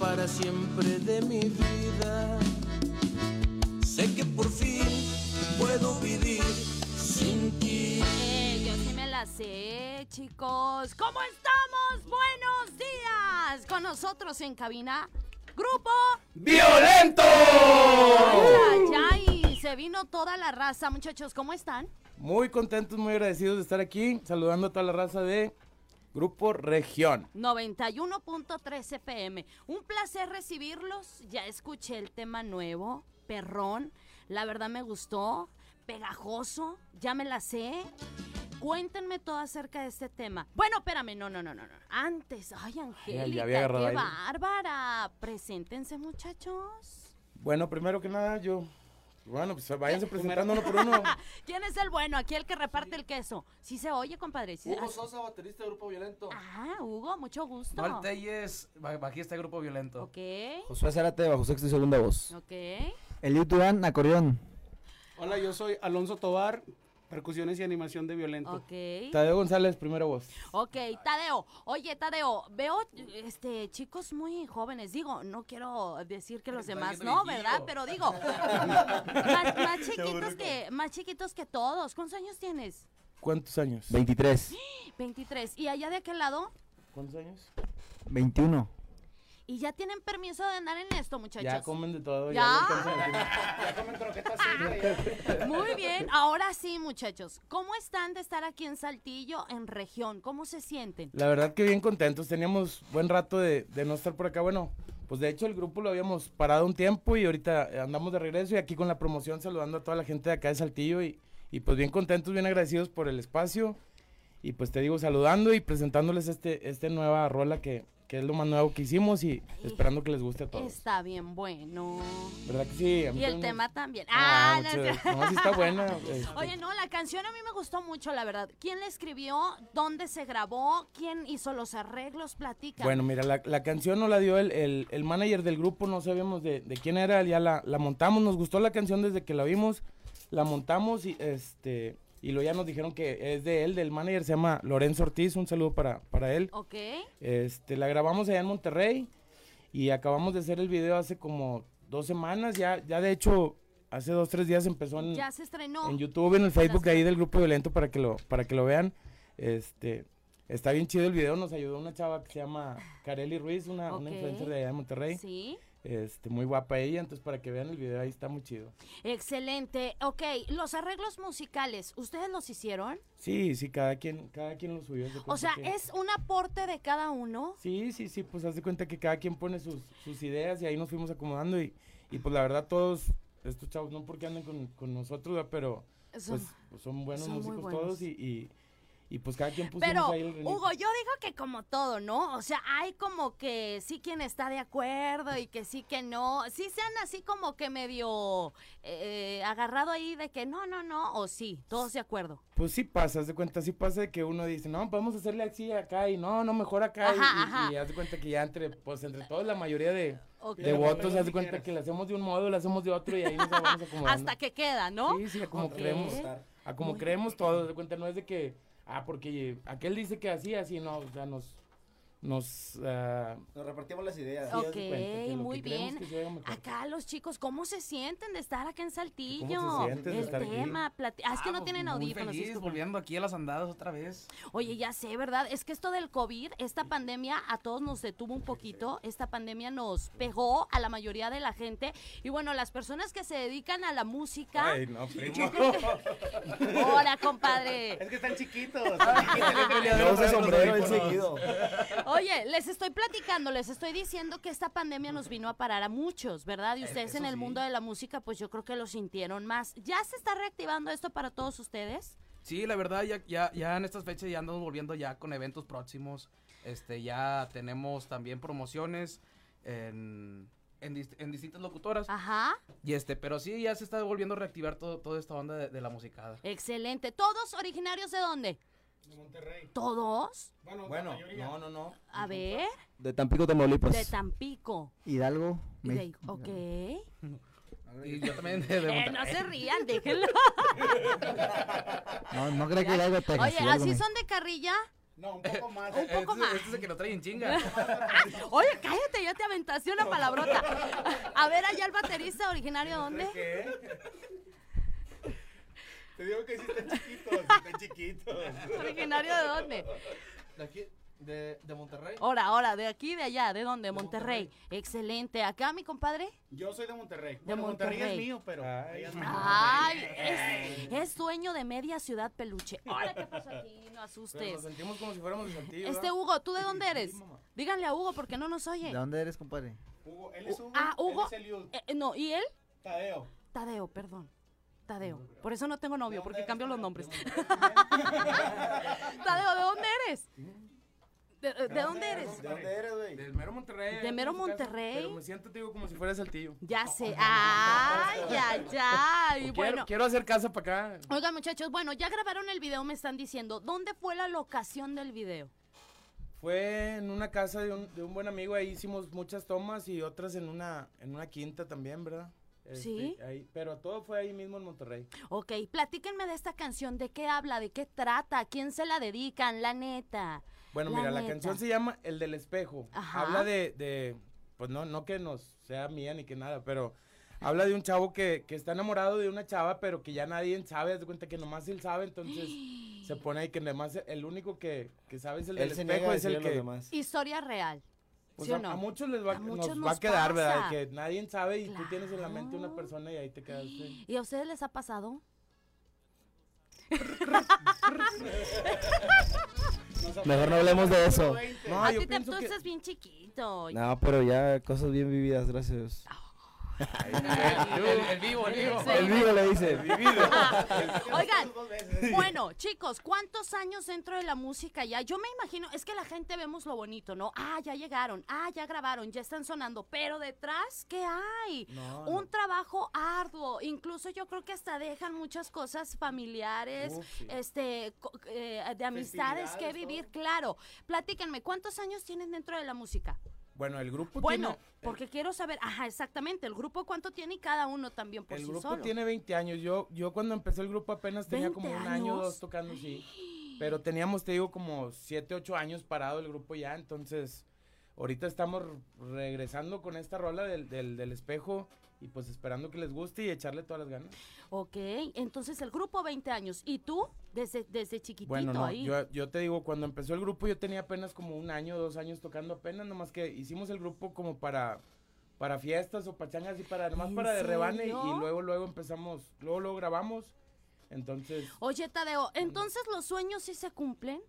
para siempre de mi vida. Sé que por fin puedo vivir sin ti. Eh, yo sí me la sé, chicos. ¿Cómo estamos? Buenos días. Con nosotros en cabina, grupo ¡Violento! Oh. Ay, ay, ay, se vino toda la raza, muchachos. ¿Cómo están? Muy contentos, muy agradecidos de estar aquí, saludando a toda la raza de Grupo Región. 91.3 FM. Un placer recibirlos. Ya escuché el tema nuevo, perrón. La verdad me gustó, pegajoso, ya me la sé. Cuéntenme todo acerca de este tema. Bueno, espérame, no, no, no, no. no. Antes, ay, Angélica, había agarrado qué aire. bárbara. Preséntense, muchachos. Bueno, primero que nada, yo. Bueno, pues váyanse presentando uno por uno. ¿Quién es el bueno? Aquí el que reparte el queso. Sí se oye, compadre. ¿Sí- Hugo Sosa, baterista de Grupo Violento. Ah, Hugo, mucho gusto. Noel Telles, ba- bajista de Grupo Violento. Ok, Josué Zárate bajo sexto y segunda voz. ok. Eliud Durán, acordeón. Hola, yo soy Alonso Tobar, percusiones y animación de Violento. Ok. Tadeo González, primera voz. Ok, Tadeo. Oye, Tadeo, veo este chicos muy jóvenes. Digo, no quiero decir que los Está demás diciendo no, viejillo. ¿verdad? Pero digo, más, más chiquitos que más chiquitos que todos. ¿Cuántos años tienes? ¿Cuántos años? 23. 23. ¿Y allá de aquel lado? ¿Cuántos años? 21. ¿Y ya tienen permiso de andar en esto, muchachos? Ya comen de todo. Ya. no alcanzan a decir. Muy bien, ahora sí, muchachos. ¿Cómo están de estar aquí en Saltillo, en región? ¿Cómo se sienten? La verdad que bien contentos. Teníamos buen rato de, de no estar por acá. Bueno, pues de hecho el grupo lo habíamos parado un tiempo y ahorita eh, andamos de regreso y aquí con la promoción saludando a toda la gente de acá de Saltillo y, y pues bien contentos, bien agradecidos por el espacio. Y pues te digo saludando y presentándoles este, este nueva rola que, que es lo más nuevo que hicimos y esperando que les guste a todos. Está bien bueno. ¿Verdad que sí? A mí Y el también me tema también. gusta. Ah, no, muchas no. gracias. No, sí está buena. este. Oye, no, la canción a mí me gustó mucho, la verdad. ¿Quién la escribió? ¿Dónde se grabó? ¿Quién hizo los arreglos? Platica. Bueno, mira, la, la canción no la dio el, el- el manager del grupo, no sabíamos de, de quién era, ya la, la montamos, nos gustó la canción desde que la vimos, la montamos y este y luego ya nos dijeron que es de él, del manager, se llama Lorenzo Ortiz, un saludo para, para él. Ok. Este, la grabamos allá en Monterrey y acabamos de hacer el video hace como dos semanas, ya, ya de hecho, hace dos, tres días empezó en, Ya se estrenó. Mm. en YouTube, en el Facebook de ahí del grupo violento para que lo, para que lo vean. Este, está bien chido el video, nos ayudó una chava que se llama Kareli Ruiz, una, una Ok. influencer de allá de Monterrey. Sí. Este, muy guapa ella, entonces para que vean el video ahí está muy chido. Excelente. Ok, los arreglos musicales, ¿ustedes los hicieron? Sí, sí, cada quien, cada quien lo subió. haz de O cuenta sea, que- ¿es un aporte de cada uno? Sí, sí, sí, pues haz de cuenta que cada quien pone sus, sus ideas y ahí nos fuimos acomodando y, y pues la verdad todos estos chavos, no porque anden con, con nosotros, ¿verdad? pero Son- pues, pues, son buenos son muy músicos buenos. todos y, y, y, pues cada quien puso Pero, ahí el remix. Hugo, yo digo que como todo, ¿no? O sea, hay como que sí quien está de acuerdo y que sí que no. Sí sean así como que medio eh, agarrado ahí de que no, no, no, o sí, todos de acuerdo. Pues sí pasa, haz de cuenta, sí pasa de que uno dice, no, vamos a hacerle así acá y no, no, mejor acá. y- Ajá, y, ajá. y haz de cuenta que ya entre, pues entre todos, la mayoría de, Ok. de votos, haz de cuenta que la hacemos de un modo, la hacemos de otro y ahí nos vamos acomodando. Hasta que queda, ¿no? Sí, sí, a como Ok. creemos, a como creemos todos, haz de cuenta, no es de que, ah, porque aquel dice que así, así, no, o sea, nos, nos, ah, Nos repartimos las ideas. sí, haz de Ok, cuenta que lo muy que creemos bien. que se oiga mejor. Acá los chicos, ¿cómo se sienten de estar acá en Saltillo? sienten de El estar aquí? tema, plati- ah, es que Ah, no pues, tienen audífonos. Muy feliz, disculpa. volviendo aquí a las andadas otra vez. Oye, ya sé, ¿verdad? Es que esto del COVID, esta pandemia a todos nos detuvo un poquito, esta pandemia nos pegó a la mayoría de la gente y bueno, las personas que se dedican a la música... Ay, no, primo. Hola, compadre. Es que están chiquitos. Ah, No usa sombrero, bien él seguido. Oye, les estoy platicando, les estoy diciendo que esta pandemia nos vino a parar a muchos, ¿verdad? Y ustedes en el mundo de la música, pues yo creo que lo sintieron más. ¿Ya se está reactivando esto para todos ustedes? Sí, la verdad, ya, ya, ya en estas fechas ya andamos volviendo ya con eventos próximos. Este, ya tenemos también promociones en, en, dist- en distintas locutoras. Ajá. Y este, pero sí, ya se está volviendo a reactivar todo, toda esta onda de, de la musicada. Excelente. ¿Todos originarios de dónde? De Monterrey. ¿Todos? Bueno, Bueno, no, no, no. A ver, De Tampico, Tamaulipas. de Tampico. Hidalgo, Y de ahí, México. ok. Y yo también de, de Eh, no Monterrey. se rían, déjenlo. No, no creo que Hidalgo, Texas. Oye, Hidalgo, ¿así México. son de carrilla? No, un poco más. Un poco Este- más. Este es el que lo trae en chinga. Ah, Oye, cállate, ya te aventaste una palabrota. A ver, allá el baterista originario, ¿dónde? ¿Qué? Te digo que sí están chiquitos, están chiquitos. ¿Originario de dónde? De aquí, de, de Monterrey. Ahora, ahora, de aquí, de allá, ¿de dónde? Monterrey. Excelente. ¿Acá, mi compadre? Yo soy de Monterrey. Bueno, Monterrey. Monterrey. es mío, pero. ella Ah, es mía. Ay, es, es dueño de media ciudad peluche. Ahora, ¿qué pasó aquí? No Pero nos asustes. sentimos como si fuéramos de Saltillo, Este pues, ¿verdad? Hugo, ¿tú de dónde eres? Sí, mamá. Díganle a Hugo porque no nos oye. ¿De dónde eres, compadre? Hugo, él es Hugo. Ah, Él Hugo. es Eliud. Eh, eh, no, ¿y él? Tadeo. Tadeo, perdón. Tadeo. Por eso no tengo novio, porque cambio los nombres. Tadeo, ¿de dónde eres? ¿De, eh, de dónde eres? ¿De dónde eres, güey? Del mero Monterrey. De ahí mero en su casa, Monterrey. Pero me siento, te digo, como si fuera de Saltillo. Ya sé. Ay, ay, ay. Quiero, Bueno. quiero hacer casa para acá. Oigan, muchachos, bueno, ya grabaron el video, me están diciendo. ¿Dónde fue la locación del video? Fue en una casa de un, de un buen amigo, ahí hicimos muchas tomas y otras en una, en una quinta también, ¿verdad? Este, Sí. ahí- pero todo fue ahí mismo en Monterrey. Ok, platíquenme de esta canción, de qué habla, de qué trata, a quién se la dedican, la neta. Bueno, La mira, la neta. canción se llama El del espejo. Ajá. Habla de, de- pues no, no que nos sea mía ni que nada, pero habla de un chavo que, que está enamorado de una chava, pero que ya nadie sabe, haz de cuenta que nomás él sabe, entonces se pone ahí que nomás el único que, que sabe es el del Él se niega espejo, a es el decirle a los que... demás. Historia real. pues ¿Sí o a, no? a muchos les va, A muchos nos va nos a pasa. quedar, ¿verdad? Que nadie sabe y tú tienes en la mente Claro. una persona y ahí te quedas. sí. ¿Y a ustedes les ha pasado? Mejor no hablemos de eso. No, a yo ti Ah, te, pienso tú que- estás bien chiquito. No, pero ya cosas bien vividas, gracias. El, el- el vivo, el vivo. Sí. El vivo le dice. Vivido. Ah. Oigan, bueno, chicos, ¿cuántos años dentro de la música ya? Yo me imagino, es que la gente vemos lo bonito, ¿no? Ah, ya llegaron, ah, ya grabaron, ya están sonando, pero detrás, ¿qué hay? No, Un no. trabajo arduo, incluso yo creo que hasta dejan muchas cosas familiares, Uf, sí. este, co- eh, de amistades que Festividades, vivir, claro. Platíquenme, ¿cuántos años tienen dentro de la música? Bueno, el grupo Bueno, Pues tiene... eh, porque quiero saber, ajá, exactamente, el grupo cuánto tiene y cada uno también por El pues sí grupo solo. tiene 20 años. Yo, yo cuando empecé el grupo apenas tenía como 20 un año o años. dos tocando, sí. Pero teníamos, te digo, como 7, 8 años parado el grupo ya. Entonces, ahorita estamos regresando con esta rola del, del, del espejo y pues esperando que les guste y echarle todas las ganas. Ok, entonces el grupo 20 años. ¿Y tú? Desde, desde chiquitito Bueno, no, ahí. yo, yo te digo, cuando empezó el grupo yo tenía apenas como un año, dos años tocando apenas, nomás que hicimos el grupo como para, para fiestas o pachangas y para, nomás ¿En para de rebane y, serio? y luego, luego empezamos, luego, luego grabamos. Entonces, Oye, Tadeo, entonces los sueños sí se cumplen.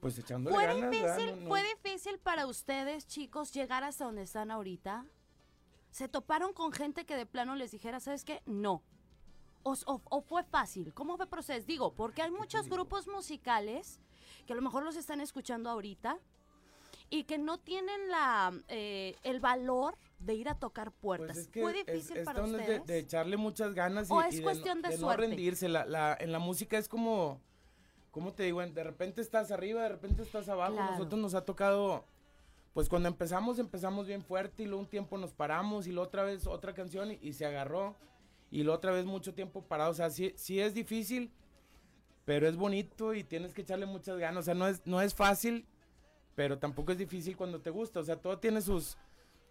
pues echándole ¿Fue ganas. ¿verdad? difícil, No, no. fue difícil para ustedes, chicos, llegar hasta donde están ahorita? ¿Se toparon con gente que de plano les dijera, sabes qué? No. ¿O, s- o- o fue fácil? ¿Cómo fue el proceso? Digo, porque hay muchos grupos musicales que a lo mejor los están escuchando ahorita y que no tienen la eh, el valor de ir a tocar puertas. Pues es que ¿Fue es- difícil es para onda de- ustedes? De, echarle muchas ganas y, ¿O es y de cuestión no, de no suerte? rendirse. La, la- en la música es como, ¿cómo te digo? En- De repente estás arriba, de repente estás abajo. Claro. Nosotros nos ha tocado, pues cuando empezamos, empezamos bien fuerte y luego un tiempo nos paramos y luego otra vez otra canción y, y se agarró. Y luego otra vez mucho tiempo parado. O sea, sí, sí es difícil, pero es bonito y tienes que echarle muchas ganas. O sea, no es, no es fácil, pero tampoco es difícil cuando te gusta. O sea, todo tiene sus...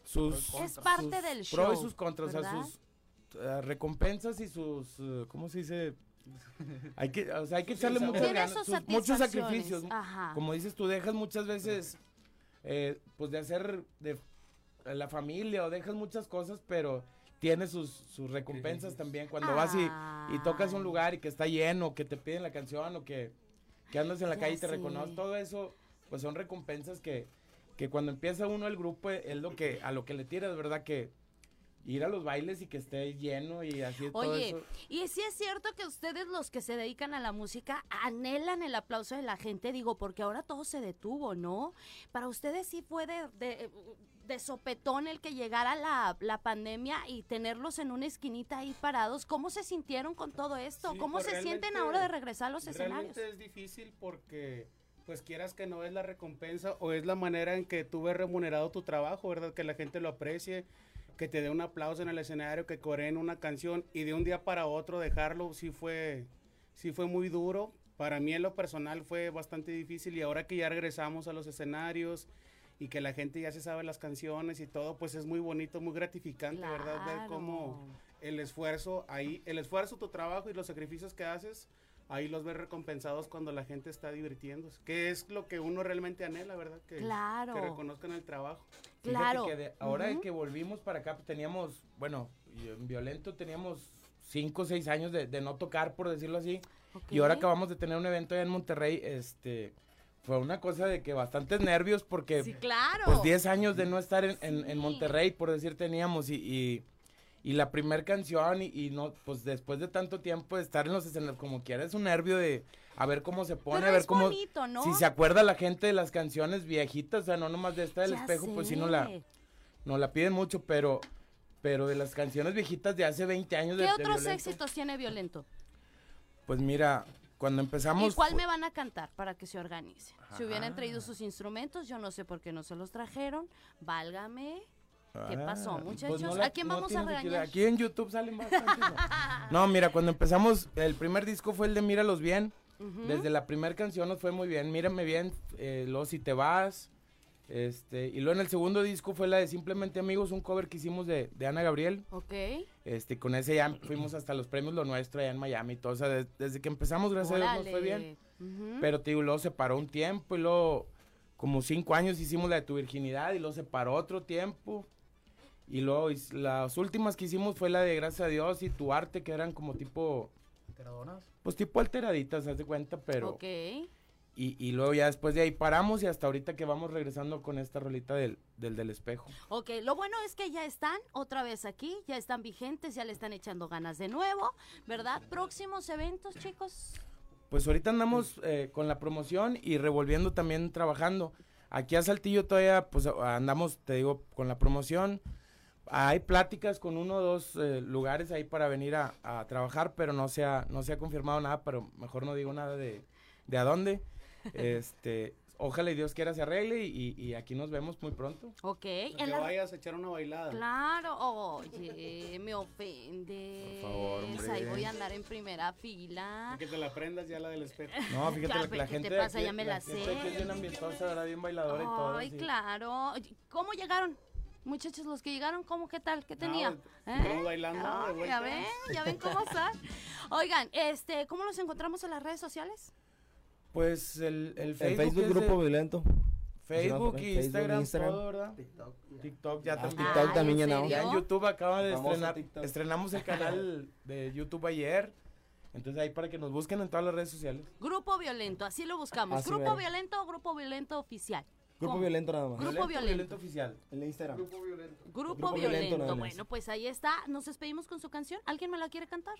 Sus, Es parte sus del show. Pros y sus contras, o sea, ¿verdad? sus eh, recompensas y sus, eh, ¿cómo se dice? Hay que, o sea, hay que echarle muchas Tiene ganas, sus sus- muchos satisfacciones, sacrificios. ajá. Como dices, tú dejas muchas veces, eh, pues de hacer de eh, la familia o dejas muchas cosas, pero tiene sus, sus recompensas también. Cuando vas y, y tocas Ay. un lugar y que está lleno, que te piden la canción o que, que andas en la Ya calle y te sé. reconocen, todo eso, pues son recompensas que, que cuando empieza uno el grupo eh, es lo que, a lo que le tiras, ¿verdad? Que ir a los bailes y que esté lleno y así todo Oye, eso. y si es cierto que ustedes los que se dedican a la música anhelan el aplauso de la gente, digo, porque ahora todo se detuvo, ¿no? Para ustedes sí fue de, de- de sopetón el que llegara la, la pandemia y tenerlos en una esquinita ahí parados. ¿Cómo se sintieron con todo esto? Sí, ¿Cómo pues, se sienten realmente- ahora de regresar a los escenarios? Realmente es difícil porque, pues quieras que no es la recompensa o es la manera en que tú ves remunerado tu trabajo, ¿verdad? Que la gente lo aprecie, que te dé un aplauso en el escenario, que coreen una canción y de un día para otro dejarlo, sí fue, sí fue muy duro Para mí en lo personal fue bastante difícil y ahora que ya regresamos a los escenarios y que la gente ya se sabe las canciones y todo, pues es muy bonito, muy gratificante, ¿verdad? Ver cómo el esfuerzo ahí, el esfuerzo, tu trabajo y los sacrificios que haces, ahí los ves recompensados cuando la gente está divirtiéndose, que es lo que uno realmente anhela, ¿verdad? Que, Claro. que reconozcan el trabajo. Fíjate Claro. que de- ahora Ujú. que volvimos para acá, teníamos, bueno, y en Violento teníamos 5 o 6 años de, de no tocar, por decirlo así. Y ahora Ok. acabamos de tener un evento allá en Monterrey, este, fue una cosa de que bastantes nervios porque Sí, claro. pues 10 años de no estar en, en- en Sí. Monterrey, por decir, teníamos y, y, y la primer canción y, y no, pues después de tanto tiempo de estar en los escenarios, como quiera, es un nervio de a ver cómo se pone, Pero a ver es cómo... bonito, ¿no? Si se acuerda la gente de las canciones viejitas, o sea, no nomás de esta del Ya espejo, pues sí no sé. la, no la piden mucho, pero, pero de las canciones viejitas de hace 20 años de, ¿Qué de otros Violento, éxitos tiene Violento? Pues mira, cuando empezamos... ¿Y cuál fue- me van a cantar para que se organicen? Si hubieran traído Ah. sus instrumentos, yo no sé por qué no se los trajeron. Válgame. ¿Qué Ah, pasó, pues muchachos? no la- ¿A quién no vamos a tienes que- regañar? Aquí en YouTube salen bastantes. ¿no? No, mira, cuando empezamos, el primer disco fue el de Míralos Bien. Desde la primera canción nos fue muy bien. Mírame bien, eh, luego si te vas. Este, y luego en el segundo disco fue la de Simplemente Amigos, un cover que hicimos de, de Ana Gabriel. Ok. Este, con ese ya fuimos hasta los premios Lo Nuestro allá en Miami y todo. O sea, de- desde que empezamos, gracias a Dios, nos fue Órale. bien. Ujú. Pero, te digo, luego se paró un tiempo y luego, como cinco años hicimos la de tu virginidad y luego se paró otro tiempo. Y luego his- las últimas que hicimos fue la de Gracias a Dios y tu arte, que eran como tipo, ¿Alteradonas? pues tipo alteraditas, haz de cuenta, pero... Ok. Y, y luego ya después de ahí paramos y hasta ahorita que vamos regresando con esta rolita del, del, del espejo. Ok, lo bueno es que ya están otra vez aquí, ya están vigentes, ya le están echando ganas de nuevo, ¿verdad? Próximos eventos, chicos. Pues ahorita andamos eh, con la promoción y revolviendo también trabajando. Aquí a Saltillo todavía, pues a- andamos, te digo, con la promoción. Hay pláticas con uno o dos eh, lugares ahí para venir a, a trabajar, pero no se, ha, no se ha confirmado nada, pero mejor no digo nada de, de a dónde. Este, ojalá y Dios quiera se arregle y, y aquí nos vemos muy pronto. Ok. Que En la- vayas a echar una bailada. Claro, oye, me ofende. Por favor, hombre. Ahí voy a andar en primera fila. Que te la aprendas ya la del espejo. No, fíjate, Ya, la- la, pues, ¿qué te gente de pasa? aquí- Ya me la gente sé. aquí es bien ambientosa, ¿verdad? Bien bailadora y todo. Ay, sí. claro. Oye, ¿Cómo llegaron? Muchachos, los que llegaron, ¿cómo? ¿Qué tal? ¿Qué tenía? pues, ¿Eh? estuvimos bailando de Ay, ya vuelta. ven, ya ven cómo están. Oigan, este, ¿cómo los encontramos en las redes sociales? Pues el, el El Facebook, Facebook es de- Grupo Violento. Facebook y Facebook, Instagram, Instagram. todo, ¿verdad? TikTok. ya Ah, también. TikTok Ay, también ¿en ya no. serio? Ya en YouTube acaba de Famoso estrenar. TikTok. Estrenamos el canal de YouTube ayer. Entonces ahí para que nos busquen en todas las redes sociales. Grupo Violento, así lo buscamos. Así Grupo mero. Violento o Grupo Violento Oficial. Grupo ¿Cómo? Violento nada más. Grupo Violento. Oficial. El Instagram. Grupo, Grupo Violento. Violento, nada más. bueno, pues ahí está. Nos despedimos con su canción. ¿Alguien me la quiere cantar?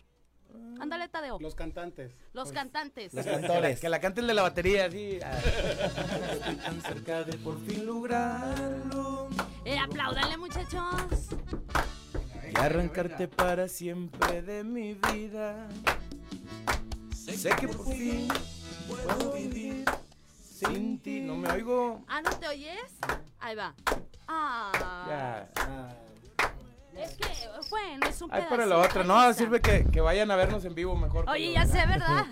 Ándale, Tadeo. Los, Los cantantes. cantantes. Ah, pues, Los Que la, cantores. que la canten de la batería, así. Estoy tan cerca de por fin lograrlo. Eh, apláudanle, muchachos. Y arrancarte para siempre de mi vida. Sé que por fin puedo vivir sin ti. No me oigo. Ah, ¿no te oyes? Ahí va. Ah. Ya. Es que, bueno, es un Ahí pedacito. para la otra. ahí No, está. sirve que, que vayan a vernos en vivo mejor. Oye, ya pero- sé, ¿verdad?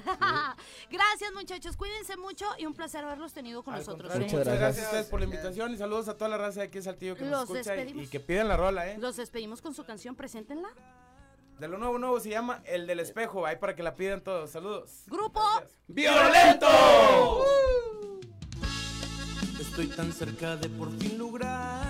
Gracias, muchachos. Cuídense mucho y un placer haberlos tenido con Al nosotros. contrario, ¿eh? Muchas Muchas gracias. gracias. a ustedes por la invitación y saludos a toda la raza de aquí de Saltillo que Los nos escucha y- y, despedimos. que piden la rola, ¿eh? Los despedimos con su canción, preséntenla. De lo nuevo nuevo se llama El del Espejo, ahí para que la pidan todos. Saludos. Grupo. ¡Violento! Estoy tan cerca de por fin lograr.